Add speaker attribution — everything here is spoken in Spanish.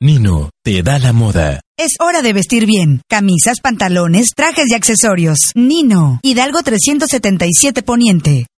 Speaker 1: Nino te da la moda.
Speaker 2: Es hora de vestir bien. Camisas, pantalones, trajes y accesorios. Nino, Hidalgo 377 Poniente.